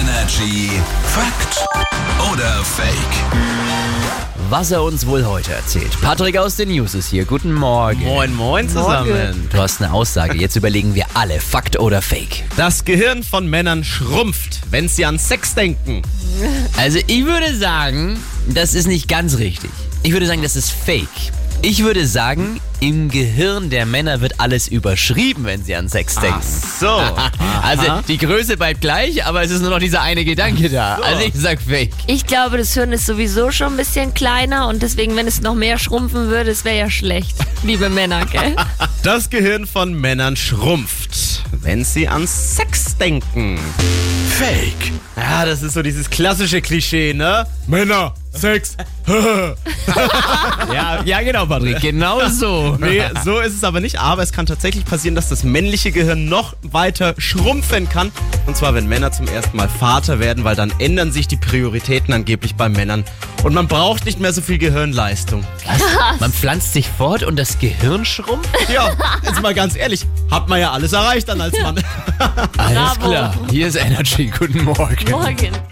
Energy Fakt oder Fake? Was er uns wohl heute erzählt. Patrick aus den News ist hier. Guten Morgen. Moin, moin zusammen. Du hast eine Aussage. Jetzt überlegen wir alle, Fakt oder Fake. Das Gehirn von Männern schrumpft, wenn sie an Sex denken. Also ich würde sagen, das ist nicht ganz richtig. Ich würde sagen, das ist Fake. Ich würde sagen, im Gehirn der Männer wird alles überschrieben, wenn sie an Sex denken. So. Also die Größe bleibt gleich, aber es ist nur noch dieser eine Gedanke da. Also ich sag Fake. Ich glaube, das Hirn ist sowieso schon ein bisschen kleiner und deswegen, wenn es noch mehr schrumpfen würde, es wäre ja schlecht. Liebe Männer, gell? Das Gehirn von Männern schrumpft, wenn sie an Sex denken. Fake. Ja, das ist so dieses klassische Klischee, ne? Männer, Sex. Ja, ja genau, Patrick. Genau so. Nee, so ist es aber nicht. Aber es kann tatsächlich passieren, dass das männliche Gehirn noch weiter schrumpfen kann. Und zwar, wenn Männer zum ersten Mal Vater werden, weil dann ändern sich die Prioritäten angeblich bei Männern. Und man braucht nicht mehr so viel Gehirnleistung. Man pflanzt sich fort und das Gehirn schrumpft? Ja, jetzt mal ganz ehrlich, hat man ja alles erreicht dann als Mann. Alles Bravo. klar. Hier ist Energy. Guten Morgen. Morgen.